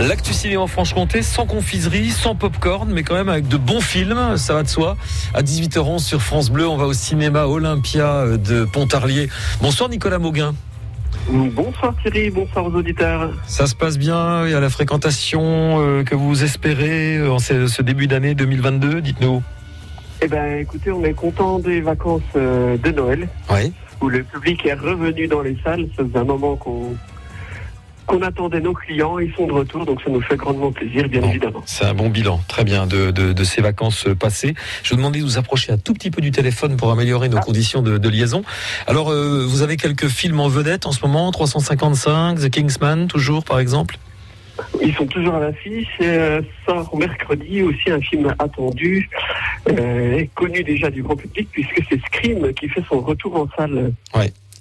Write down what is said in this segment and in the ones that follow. L'actu ciné en Franche-Comté, sans confiserie, sans popcorn, mais quand même avec de bons films, ça va de soi. À 18h11 sur France Bleu, on va au cinéma Olympia euh, de Pontarlier. Bonsoir Nicolas Mauguin. Bonsoir Thierry, bonsoir aux auditeurs. Ça se passe bien, il y a la fréquentation euh, que vous espérez euh, en ce, ce début d'année 2022, dites-nous. Eh ben écoutez, on est content des vacances euh, de Noël, Oui. où le public est revenu dans les salles. Ça faisait un moment qu'on qu'on attendait nos clients, ils sont de retour, donc ça nous fait grandement plaisir, bien Bon. évidemment. C'est un bon bilan, très bien, de, de- de ces vacances euh, passées. Je vous demandais de vous approcher un tout petit peu du téléphone pour améliorer nos Ah. conditions de, de liaison. Alors, euh, vous avez quelques films en vedette en ce moment, 355, The Kingsman, toujours par exemple Ils sont toujours à l'affiche, et, euh, sort mercredi aussi un film attendu, euh, et connu déjà du grand public, puisque c'est Scream qui fait son retour en salle.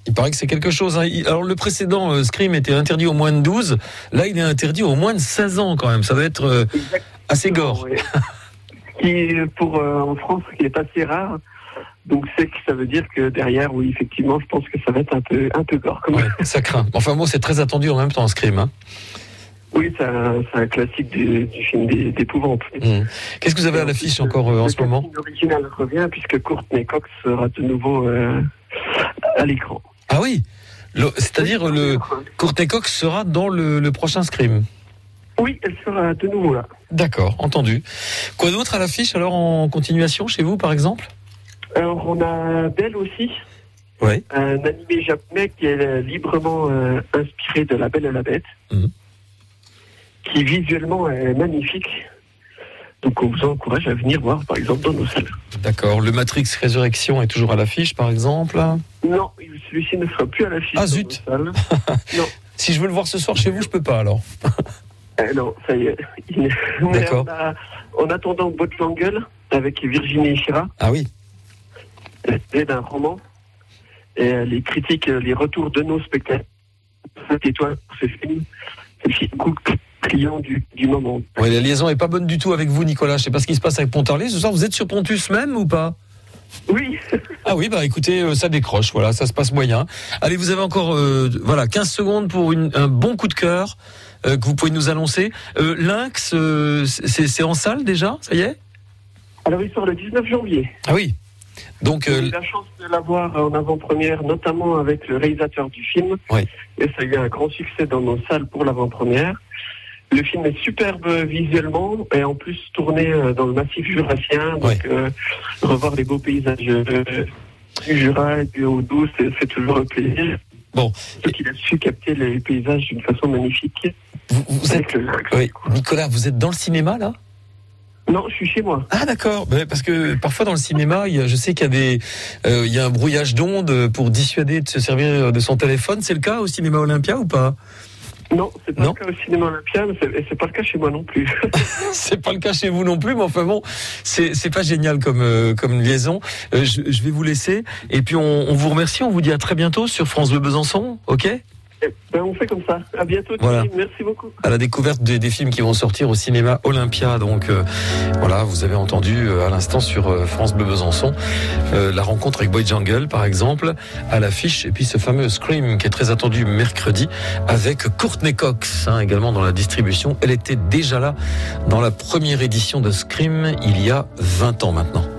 Il paraît que c'est quelque chose. hein. Il- Alors, le précédent, euh, Scream, était interdit au moins de 12. Là, il est interdit au moins de 16 ans quand même. Ça va être euh, assez gore. Ouais. qui pour euh, en France qui est assez rare. Donc c'est que ça veut dire que derrière, oui, effectivement, je pense que ça va être un peu un peu gore. Comme- Ouais, ça craint. Enfin, moi, c'est très attendu en même temps, Scream. hein. Oui, c'est un, c'est un classique du, du film d'é- d'épouvante. Mm. Qu'est-ce que vous avez à l'affiche encore euh, en Le ce moment casting original revient puisque Courtney Cox sera de nouveau euh, à l'écran. Ah oui Le- C'est-à-dire, euh, le Courtney Cox sera dans le, le prochain Scream. Oui, elle sera de nouveau là. D'accord, entendu. Quoi d'autre à l'affiche alors en continuation chez vous par exemple Alors on a Belle aussi, Oui. un animé japonais qui est euh, librement euh, inspiré de La Belle et la Bête, Mhm. qui visuellement est magnifique. Donc on vous encourage à venir voir, par exemple, dans nos salles. D'accord, le Matrix Résurrection est toujours à l'affiche par exemple. Non, celui-ci ne sera plus à l'affiche. Ah, dans zut. nos salles. Si je veux le voir ce soir chez vous, je peux pas alors. Euh, non, ça y est. Il est- mais D'accord. on a- En attendant Botlangle, avec Virginie Chira, Ah oui. c'est d'un roman. Et euh, les critiques, euh, les retours de nos spectateurs, cette étoile pour ce film, c'est le coup de client du, du moment. Ouais, la liaison est pas bonne du tout avec vous Nicolas, je sais pas ce qui se passe avec Pontarlier. Ce soir vous êtes sur Pontus même ou pas Oui, Ah oui, bah écoutez, euh, ça décroche, voilà, ça se passe moyen. Allez, vous avez encore euh, voilà 15 secondes pour une- un bon coup de cœur euh, que vous pouvez nous annoncer. Euh, Lynx, euh, c'est c'est en salle déjà, ça y est alors il sort le 19 janvier. Ah oui. Donc J'ai euh, eu la chance de l'avoir en avant-première, notamment avec le réalisateur du film. Oui. Et ça a eu un grand succès dans nos salles pour l'avant-première. Le film est superbe visuellement et en plus tourné euh, dans le massif jurassien. Donc, Oui. euh, revoir les beaux paysages euh, du Jura et du Haut-Doubs, c'est c'est toujours un plaisir. Bon. Surtout qu'il a su capter les paysages d'une façon magnifique. vous, vous êtes Avec le lynx. Oui, Nicolas, vous êtes dans le cinéma là Non, je suis chez moi. Ah d'accord, Ben, parce que parfois dans le cinéma, il y a- je sais qu'il y a des, euh, il y a un brouillage d'ondes pour dissuader de se servir de son téléphone. C'est le cas au cinéma Olympia ou pas Non, c'est pas Non. le cas au cinéma Olympia, mais c'est- et c'est pas le cas chez moi non plus. C'est pas le cas chez vous non plus, mais enfin bon, c'est c'est pas génial comme euh, comme liaison. Euh, je, je vais vous laisser et puis on, on vous remercie, on vous dit à très bientôt sur France Bleu Besançon, ok Ben, on fait comme ça. À bientôt, Voilà. Thierry. Merci beaucoup. à la découverte des, des films qui vont sortir au cinéma Olympia. Donc euh, voilà, vous avez entendu euh, à l'instant sur euh, France Bleu Besançon euh, la rencontre avec Boy Jungle par exemple à l'affiche et puis ce fameux Scream qui est très attendu mercredi avec Courtney Cox hein, également dans la distribution. Elle était déjà là dans la première édition de Scream il y a 20 ans maintenant.